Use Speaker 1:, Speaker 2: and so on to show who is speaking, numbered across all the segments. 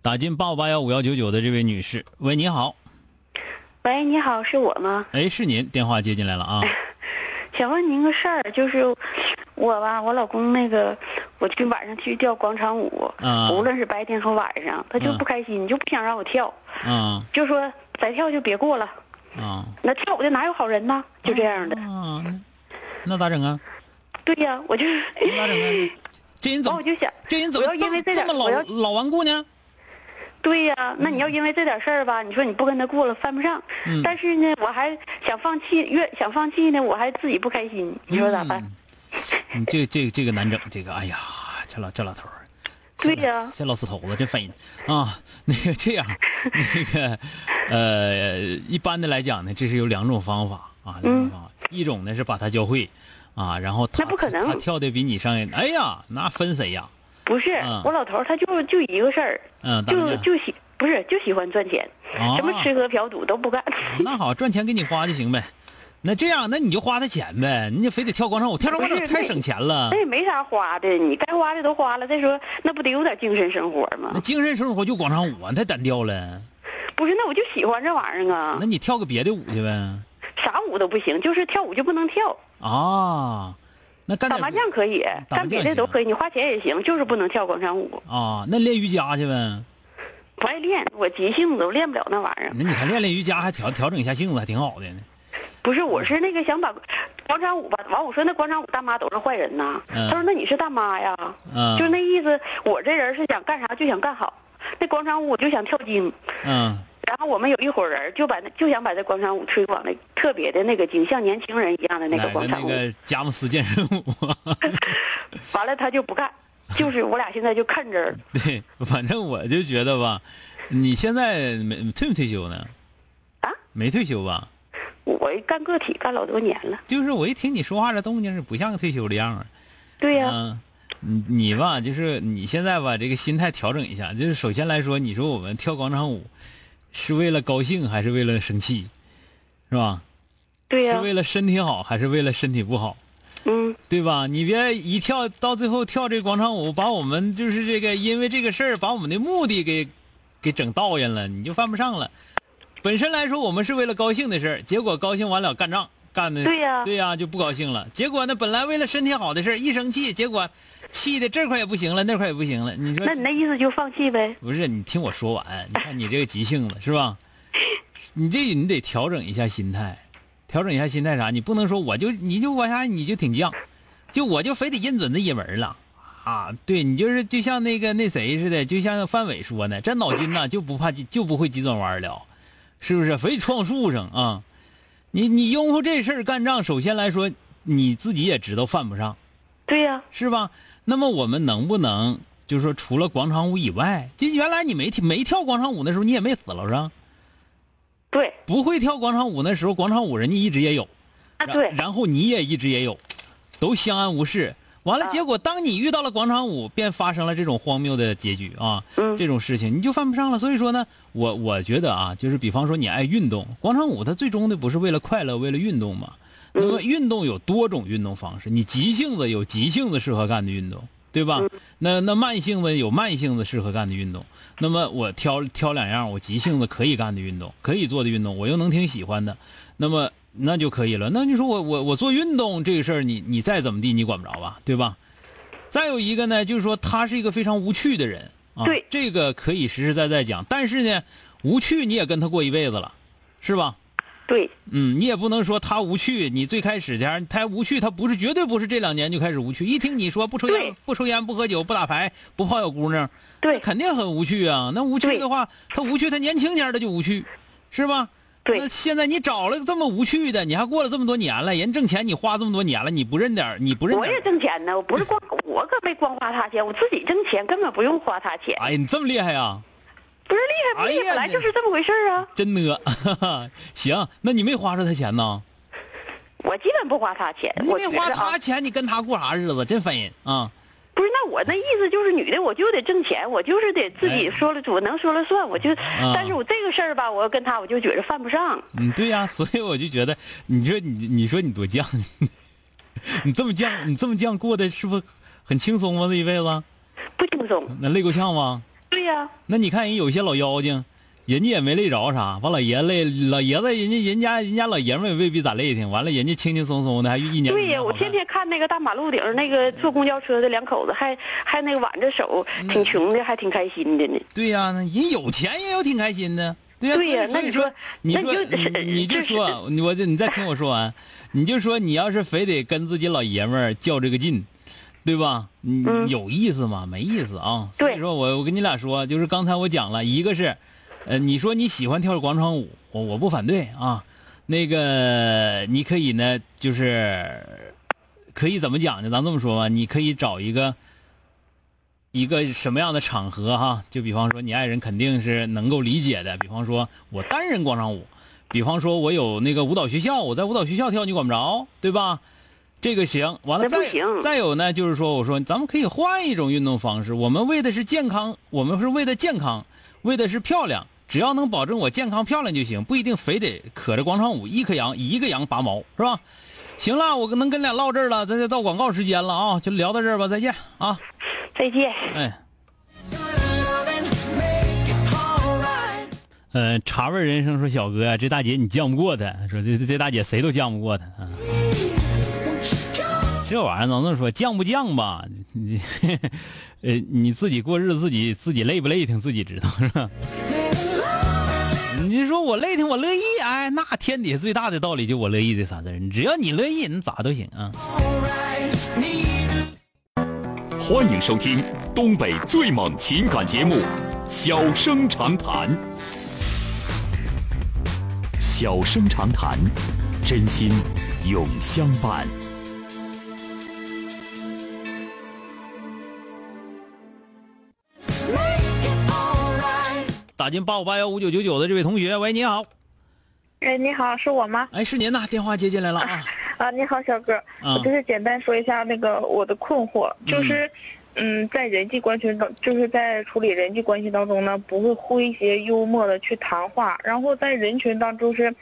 Speaker 1: 打进八五八幺五幺九九的这位女士，喂，你好，
Speaker 2: 喂，你好，是我吗？
Speaker 1: 哎，是您，电话接进来了啊。
Speaker 2: 想问您个事儿，就是我吧，我老公那个，我去晚上去跳广场舞，
Speaker 1: 啊
Speaker 2: 无论是白天和晚上，他就
Speaker 1: 嗯
Speaker 2: 不开心，就不想让我跳，
Speaker 1: 啊
Speaker 2: 就说再跳就别过了，
Speaker 1: 啊
Speaker 2: 那跳舞的哪有好人呢？就这样的。
Speaker 1: 啊，那咋整啊？
Speaker 2: 对呀、我就是，
Speaker 1: 那咋整啊？这人怎
Speaker 2: 然后
Speaker 1: 么
Speaker 2: 我就想，
Speaker 1: 这人怎
Speaker 2: 我
Speaker 1: 么
Speaker 2: 要因为这
Speaker 1: 这
Speaker 2: 点
Speaker 1: 么
Speaker 2: 我要
Speaker 1: 老嗯老顽固呢？
Speaker 2: 对呀、那你要因为这点事儿吧，你说你不跟他过了，犯不上。
Speaker 1: 嗯
Speaker 2: 但是呢，我还想放弃，越想放弃呢，我还自己不开心，你说咋办？
Speaker 1: 嗯？你这个这个这个难整，这个哎呀，这老这老头儿，
Speaker 2: 对呀、
Speaker 1: 这老死头子真烦人啊！那个这样，那个呃，一般的来讲呢，这是有两种方法啊，两种方法，一种呢是把他教会啊，然后他
Speaker 2: 嗯那不可能
Speaker 1: 他跳的比你上瘾，哎呀，那分谁呀？
Speaker 2: 不是，
Speaker 1: 嗯
Speaker 2: 我老头儿他就就一个事儿，
Speaker 1: 嗯，当
Speaker 2: 就
Speaker 1: 然
Speaker 2: 就喜不是就喜欢赚钱，
Speaker 1: 啊
Speaker 2: 什么吃喝嫖赌都不干。
Speaker 1: 那好，赚钱给你花就行呗。那这样，那你就花他钱呗，你就非得跳广场舞，跳广场舞
Speaker 2: 不是
Speaker 1: 太
Speaker 2: 那哎
Speaker 1: 省钱了
Speaker 2: 那。也没啥花的，你该花的都花了。再说那不得有点精神生活
Speaker 1: 那
Speaker 2: 吗？
Speaker 1: 精神生活就广场舞啊，太单调了。
Speaker 2: 不是，那我就喜欢这玩意儿啊
Speaker 1: 那，你跳个别的舞去呗。
Speaker 2: 啥舞都不行，就是跳舞就不能跳，
Speaker 1: 啊，那干
Speaker 2: 打
Speaker 1: 点
Speaker 2: 麻将可以，
Speaker 1: 打麻将
Speaker 2: 干别的都可以，你花钱也行，就是不能跳广场舞。
Speaker 1: 啊，那练瑜伽去呗。
Speaker 2: 不爱练，我急性子，我练不了那玩意儿。
Speaker 1: 那你还练练瑜伽，还调调整一下性子，还挺好的呢。
Speaker 2: 不是，我是那个想把广场舞吧，完我说那广场舞大妈都是坏人呐。
Speaker 1: 嗯
Speaker 2: 他说那你是大妈呀，
Speaker 1: 嗯
Speaker 2: 就是那意思，我这人是想干啥就想干好，那广场舞我就想跳精。
Speaker 1: 嗯
Speaker 2: 然后我们有一伙人就把那就想把这广场舞推广的特别的那个精，像年轻人一样的那
Speaker 1: 来
Speaker 2: 个广
Speaker 1: 哎那
Speaker 2: 场舞。
Speaker 1: 个佳木斯健身 舞，
Speaker 2: 完了他 就不干，就是我俩现在就看着了。
Speaker 1: 对，反正我就觉得吧，你现在没退没退休呢？
Speaker 2: 啊，
Speaker 1: 没退休吧？
Speaker 2: 我干个体干老多年了，
Speaker 1: 就是我一听你说话这动静儿，不像个退休的样儿。
Speaker 2: 对呀、
Speaker 1: 嗯，你你吧，就是你现在吧，这个心态调整一下。就是首先来说，你说我们跳广场舞是为了高兴还是为了生气，是吧？
Speaker 2: 对呀、
Speaker 1: 是为了身体好还是为了身体不好，
Speaker 2: 嗯，
Speaker 1: 对吧？你别一跳到最后跳这广场舞，把我们就是这个因为这个事儿把我们的目的给给整倒下了，你就犯不上了。本身来说，我们是为了高兴的事儿，结果高兴完了干仗干的，
Speaker 2: 对呀
Speaker 1: 对呀、就不高兴了。结果呢，本来为了身体好的事儿，一生气，结果气的这块也不行了，那块也不行了。你说
Speaker 2: 那你那意思就放弃呗？
Speaker 1: 不是，你听我说完，你看你这个急性子是吧？你这你得调整一下心态，调整一下心态啥？你不能说我就你就往下你就挺犟，就我就非得认准那一门了啊！对你就是就像那个那谁似的，就像范伟说的，这脑筋呐、就不怕急就不会急转弯了，是不是？非得撞树上啊！你你拥护这事儿干仗，首先来说你自己也知道犯不上，
Speaker 2: 对呀、
Speaker 1: 是吧？那么我们能不能就是说，除了广场舞以外，就原来你没跳没跳广场舞的时候，你也没死了上；
Speaker 2: 对
Speaker 1: 不会跳广场舞那时候，广场舞人家一直也有，
Speaker 2: 啊，
Speaker 1: 然
Speaker 2: 对，
Speaker 1: 然后你也一直也有，都相安无事。完了，
Speaker 2: 啊
Speaker 1: 结果当你遇到了广场舞，便发生了这种荒谬的结局啊！
Speaker 2: 嗯
Speaker 1: 这种事情你就犯不上了。所以说呢，我我觉得啊，就是比方说你爱运动，广场舞它最终的不是为了快乐，为了运动嘛。
Speaker 2: 嗯
Speaker 1: 那么运动有多种运动方式，你急性子有急性子适合干的运动，对
Speaker 2: 嗯
Speaker 1: 吧？那那慢性子有慢性子适合干的运动。那么我挑挑两样我急性子可以干的运动，可以做的运动，我又能挺喜欢的，那么那就可以了。那你说我我我做运动这个事儿，你你再怎么地你管不着吧，对吧？再有一个呢，就是说他是一个非常无趣的人，啊，
Speaker 2: 对
Speaker 1: 这个可以实实在在讲。但是呢，无趣你也跟他过一辈子了，是吧？
Speaker 2: 对，
Speaker 1: 嗯，你也不能说他无趣，你最开始前他无趣，他不是绝对不是这两年就开始无趣。一听你说不抽烟
Speaker 2: 对、
Speaker 1: 不抽烟、不喝酒、不打牌、不泡小姑娘，
Speaker 2: 对
Speaker 1: 那肯定很无趣啊。那无趣
Speaker 2: 对
Speaker 1: 的话，他无趣，他年轻前儿他就无趣，是吧？
Speaker 2: 对
Speaker 1: 那现在你找了个这么无趣的，你还过了这么多年了，人挣钱你花这么多年了，你不认点儿你不认
Speaker 2: 我
Speaker 1: 点
Speaker 2: 也
Speaker 1: 儿
Speaker 2: 挣钱呢，我不是光我可没光花他钱，我自己挣钱根本不用花他钱，
Speaker 1: 哎呀，你这么厉害呀、
Speaker 2: 不是厉害不厉害，
Speaker 1: 哎呀
Speaker 2: 本来就是这么回事儿啊。
Speaker 1: 真呢， 行，那你没花着他钱呢？
Speaker 2: 我基本不花他钱，
Speaker 1: 你
Speaker 2: 我
Speaker 1: 没
Speaker 2: 觉
Speaker 1: 花
Speaker 2: 得啊
Speaker 1: 他，钱，你跟他过啥日子？真烦人啊！
Speaker 2: 不是那我那意思就是女的我就得挣钱，我就是得自己
Speaker 1: 哎啊
Speaker 2: 说了我能说了算，我就，但是我这个事儿吧，我要跟他我就觉着犯不上。
Speaker 1: 嗯，对呀、所以我就觉得，你说你你说你多犟， 你这么犟，你这么犟过的是不是很轻松吗？这一辈子
Speaker 2: 不轻松。
Speaker 1: 那累够呛吗？
Speaker 2: 对呀、
Speaker 1: 那你看人有些老妖精，人家也没累着啥，把老爷累老爷子人家人家人家老爷们儿也未必咋累挺，完了人家轻轻松松的，还一年
Speaker 2: 对
Speaker 1: 比一
Speaker 2: 呀、
Speaker 1: 年
Speaker 2: 我
Speaker 1: 好
Speaker 2: 天
Speaker 1: 看
Speaker 2: 天看那个大马路顶儿那个坐公交车的两口子，还还那个挽着手，
Speaker 1: 嗯
Speaker 2: 挺穷的，还挺开心的呢。
Speaker 1: 对呀、那人有钱人有挺开心的，对呀、
Speaker 2: 对呀
Speaker 1: 所以所
Speaker 2: 那
Speaker 1: 以
Speaker 2: 你
Speaker 1: 说
Speaker 2: 说，
Speaker 1: 你
Speaker 2: 那
Speaker 1: 说
Speaker 2: 你就是
Speaker 1: 你你就
Speaker 2: 就是
Speaker 1: 说，你我你再听我说完，你就说你要是非得跟自己老爷们儿较这个劲，对吧？你
Speaker 2: 嗯
Speaker 1: 有意思吗？没意思啊。
Speaker 2: 对
Speaker 1: 所以说我我跟你俩说，就是刚才我讲了一个是，呃，你说你喜欢跳广场舞，我我不反对啊。那个你可以呢，就是可以怎么讲呢？咱这么说吧，你可以找一个一个什么样的场合哈？就比方说，你爱人肯定是能够理解的。比方说，我单人广场舞，比方说我有那个舞蹈学校，我在舞蹈学校跳，你管不着，对吧？这个行，完了
Speaker 2: 那不
Speaker 1: 再
Speaker 2: 行
Speaker 1: 再有呢，就是说，我说咱们可以换一种运动方式，我们为的是健康，我们是为了健康，为的是漂亮，只要能保证我健康漂亮就行，不一定非得可着广场舞一颗羊一个羊拔毛，是吧？行了，我能跟俩唠这儿了，咱就到广告时间了啊，就聊到这儿吧，再见啊，
Speaker 2: 再见。
Speaker 1: 哎。呃，茶味儿人生说小哥啊，这大姐你犟不过她，说这这大姐谁都犟不过她啊。这玩意儿能这么说，犟不犟吧？ 你呃，你自己过日子，自己自己累不累挺自己知道是吧？你说我累挺，我乐意，哎，那天底下最大的道理就我乐意这仨字儿，只要你乐意，你咋都行啊。
Speaker 3: 欢迎收听东北最猛情感节目《小生长谈》。小生长谈，真心永相伴。
Speaker 1: 打进八五八幺五九九九的这位同学，喂，你好，
Speaker 4: 哎，你好，是我吗？
Speaker 1: 哎，是您呐，电话接进来了啊，
Speaker 4: 啊，你好，小哥，
Speaker 1: 啊
Speaker 4: 我就是简单说一下那个我的困惑，就是，嗯，在人际关系当，就是在处理人际关系当中呢，不会诙谐幽默的去谈话，然后在人群当中是，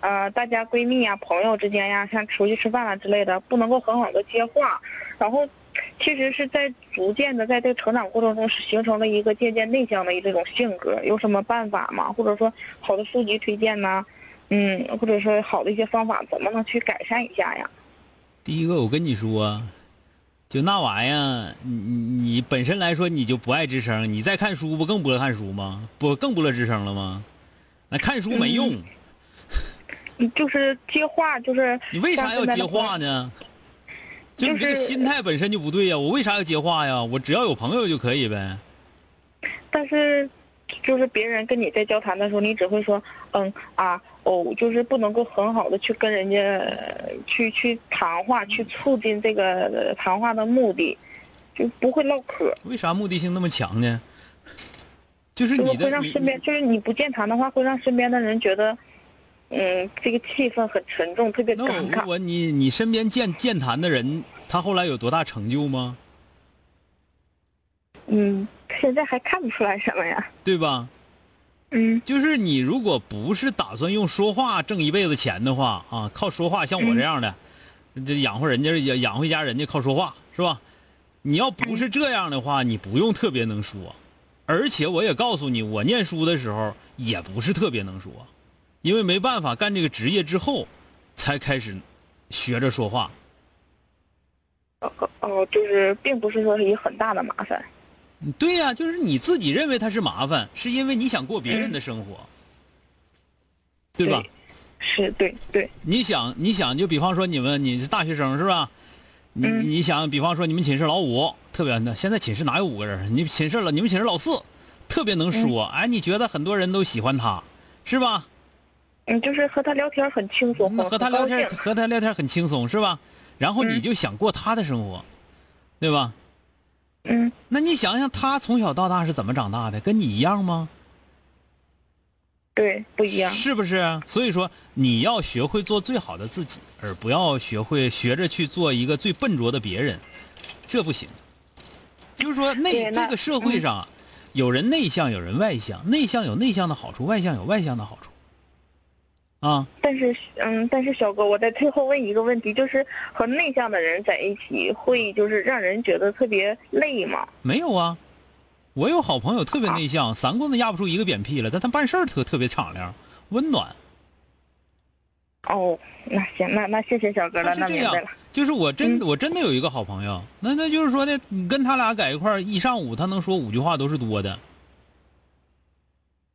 Speaker 4: 呃，大家闺蜜呀、朋友之间呀，像出去吃饭啊啦之类的，不能够很好的接话，然后。其实是在逐渐的在这个成长过程中，是形成了一个渐渐内向的这种性格。有什么办法吗？或者说好的书籍推荐呢？嗯，或者说好的一些方法，怎么能去改善一下呀？
Speaker 1: 第一个我跟你说，就那玩意儿，你你你本身来说你就不爱吱声，你再看书不更不乐看书吗？不更不乐吱声了吗？那看书没用，
Speaker 4: 嗯就是接话，就是
Speaker 1: 你为啥要接话
Speaker 4: 呢？
Speaker 1: 呢？就你
Speaker 4: 就
Speaker 1: 这个
Speaker 4: 是
Speaker 1: 心态本身就不对呀、我为啥要接话呀？我只要有朋友就可以呗。
Speaker 4: 但是，就是别人跟你在交谈的时候，你只会说嗯啊哦，就是不能够很好的去跟人家呃去去谈话，
Speaker 1: 嗯
Speaker 4: 去促进这个呃谈话的目的，就不会唠嗑。
Speaker 1: 为啥目的性那么强呢？就是
Speaker 4: 就是
Speaker 1: 你
Speaker 4: 会
Speaker 1: 的
Speaker 4: 让
Speaker 1: 你
Speaker 4: 身边，就是你不健谈的话，会让身边的人觉得，嗯，这个气氛很沉重，特别
Speaker 1: 那
Speaker 4: 尴
Speaker 1: 我
Speaker 4: 尬。
Speaker 1: 我你你身边健健谈的人，他后来有多大成就吗？
Speaker 4: 嗯，现在还看不出来什么呀。
Speaker 1: 对吧？
Speaker 4: 嗯。
Speaker 1: 就是你如果不是打算用说话挣一辈子钱的话啊，靠说话像我这样的，这养活人家养养活一家人家靠说话是吧？你要不是这样的话，你不用特别能说，而且我也告诉你，我念书的时候也不是特别能说，因为没办法干这个职业之后，才开始学着说话。
Speaker 4: 哦，就是并不是说是一个很大的麻烦。
Speaker 1: 对呀、就是你自己认为它是麻烦，是因为你想过别人的生活，对吧？
Speaker 2: 是对对，
Speaker 1: 你想，你想，就比方说你们，你是大学生是吧？你、
Speaker 2: 嗯
Speaker 1: 你想，比方说你们寝室老五特别那，现在寝室哪有五个人？你寝室了，你们寝室老四特别能说，哎，你觉得很多人都喜欢他，是吧？嗯
Speaker 2: 嗯，就是和他聊天很轻松，
Speaker 1: 那和
Speaker 2: 很
Speaker 1: 他聊天，
Speaker 2: 很高兴
Speaker 1: 和他聊天很轻松，是吧？然后你
Speaker 2: 嗯
Speaker 1: 就想过他的生活，对吧？
Speaker 2: 嗯，
Speaker 1: 那你想想，他从小到大是怎么长大的？跟你一样吗？
Speaker 2: 对，不一样，
Speaker 1: 是不啊是？所以说，你要学会做最好的自己，而不要学会学着去做一个最笨拙的别人，这不行。就是说内
Speaker 2: 对那嗯
Speaker 1: 这个社会上啊，有人内向，有人外向，内向有内向的好处，外向有外向的好处。啊，
Speaker 2: 但是嗯，但是小哥，我在最后问一个问题，就是和内向的人在一起，会就是让人觉得特别累吗？
Speaker 1: 没有啊，我有好朋友特别内向，三棍子压不出一个扁屁来，但他办事儿特特别敞亮，温暖。
Speaker 2: 哦，那行，那那谢谢小哥
Speaker 1: 他
Speaker 2: 了，
Speaker 1: 是
Speaker 2: 那
Speaker 1: 这
Speaker 2: 明
Speaker 1: 样
Speaker 2: 白了。，嗯
Speaker 1: 就是我真、我真的有一个好朋友，那那就是说呢，你跟他俩在一块儿一上午，他能说五句话都是多的，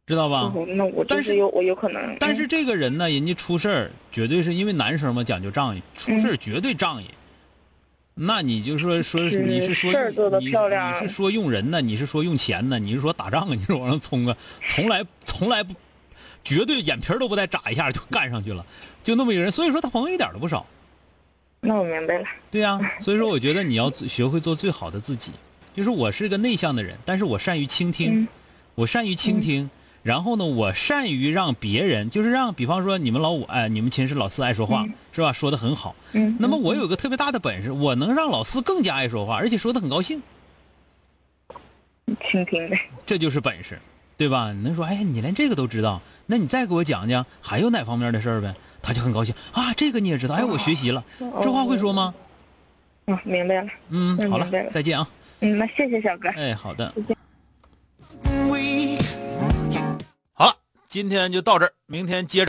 Speaker 1: 知道吧？
Speaker 2: 哦，那我就
Speaker 1: 啊但是
Speaker 2: 是有我有可能，嗯
Speaker 1: 但是这个人呢，人家出事儿绝对是因为男生嘛讲究仗义，出
Speaker 2: 嗯
Speaker 1: 事儿绝对仗义。那你就说说
Speaker 2: 是
Speaker 1: 你是说
Speaker 2: 事儿做得
Speaker 1: 你你
Speaker 2: 漂亮
Speaker 1: 是说用人呢？你是说用钱呢？你是说打仗啊？你是往上冲啊？从来从来不，绝对眼皮儿都不带眨一下就干上去了，就那么一个人。所以说他朋友一点儿都不少。
Speaker 2: 那我明白了。
Speaker 1: 对呀、所以说我觉得你要做学会做最好的自己。就是我是个内向的人，但是我善于倾听，
Speaker 2: 嗯
Speaker 1: 我善于倾听，然后呢，我善于让别人，就是让，比方说你们老五哎，你们寝室老四爱说话、是吧？说的很好。
Speaker 2: 嗯，
Speaker 1: 那么我有个特别大的本事，我能让老四更加爱说话，而且说的很高兴，
Speaker 2: 倾听呗。
Speaker 1: 这就是本事，对吧？你能说，哎呀，你连这个都知道，那你再给我讲讲还有哪方面的事儿呗？他就很高兴啊，这个你也知道，哎，我学习了，
Speaker 2: 哦
Speaker 1: 这话会说吗？
Speaker 2: 嗯，明白了。
Speaker 1: 嗯，
Speaker 2: 嗯
Speaker 1: 好了
Speaker 2: 明白，了
Speaker 1: 再见啊。
Speaker 2: 嗯，那谢谢小 哥。
Speaker 1: 哎，好的。好了，今天就到这儿，明天接着。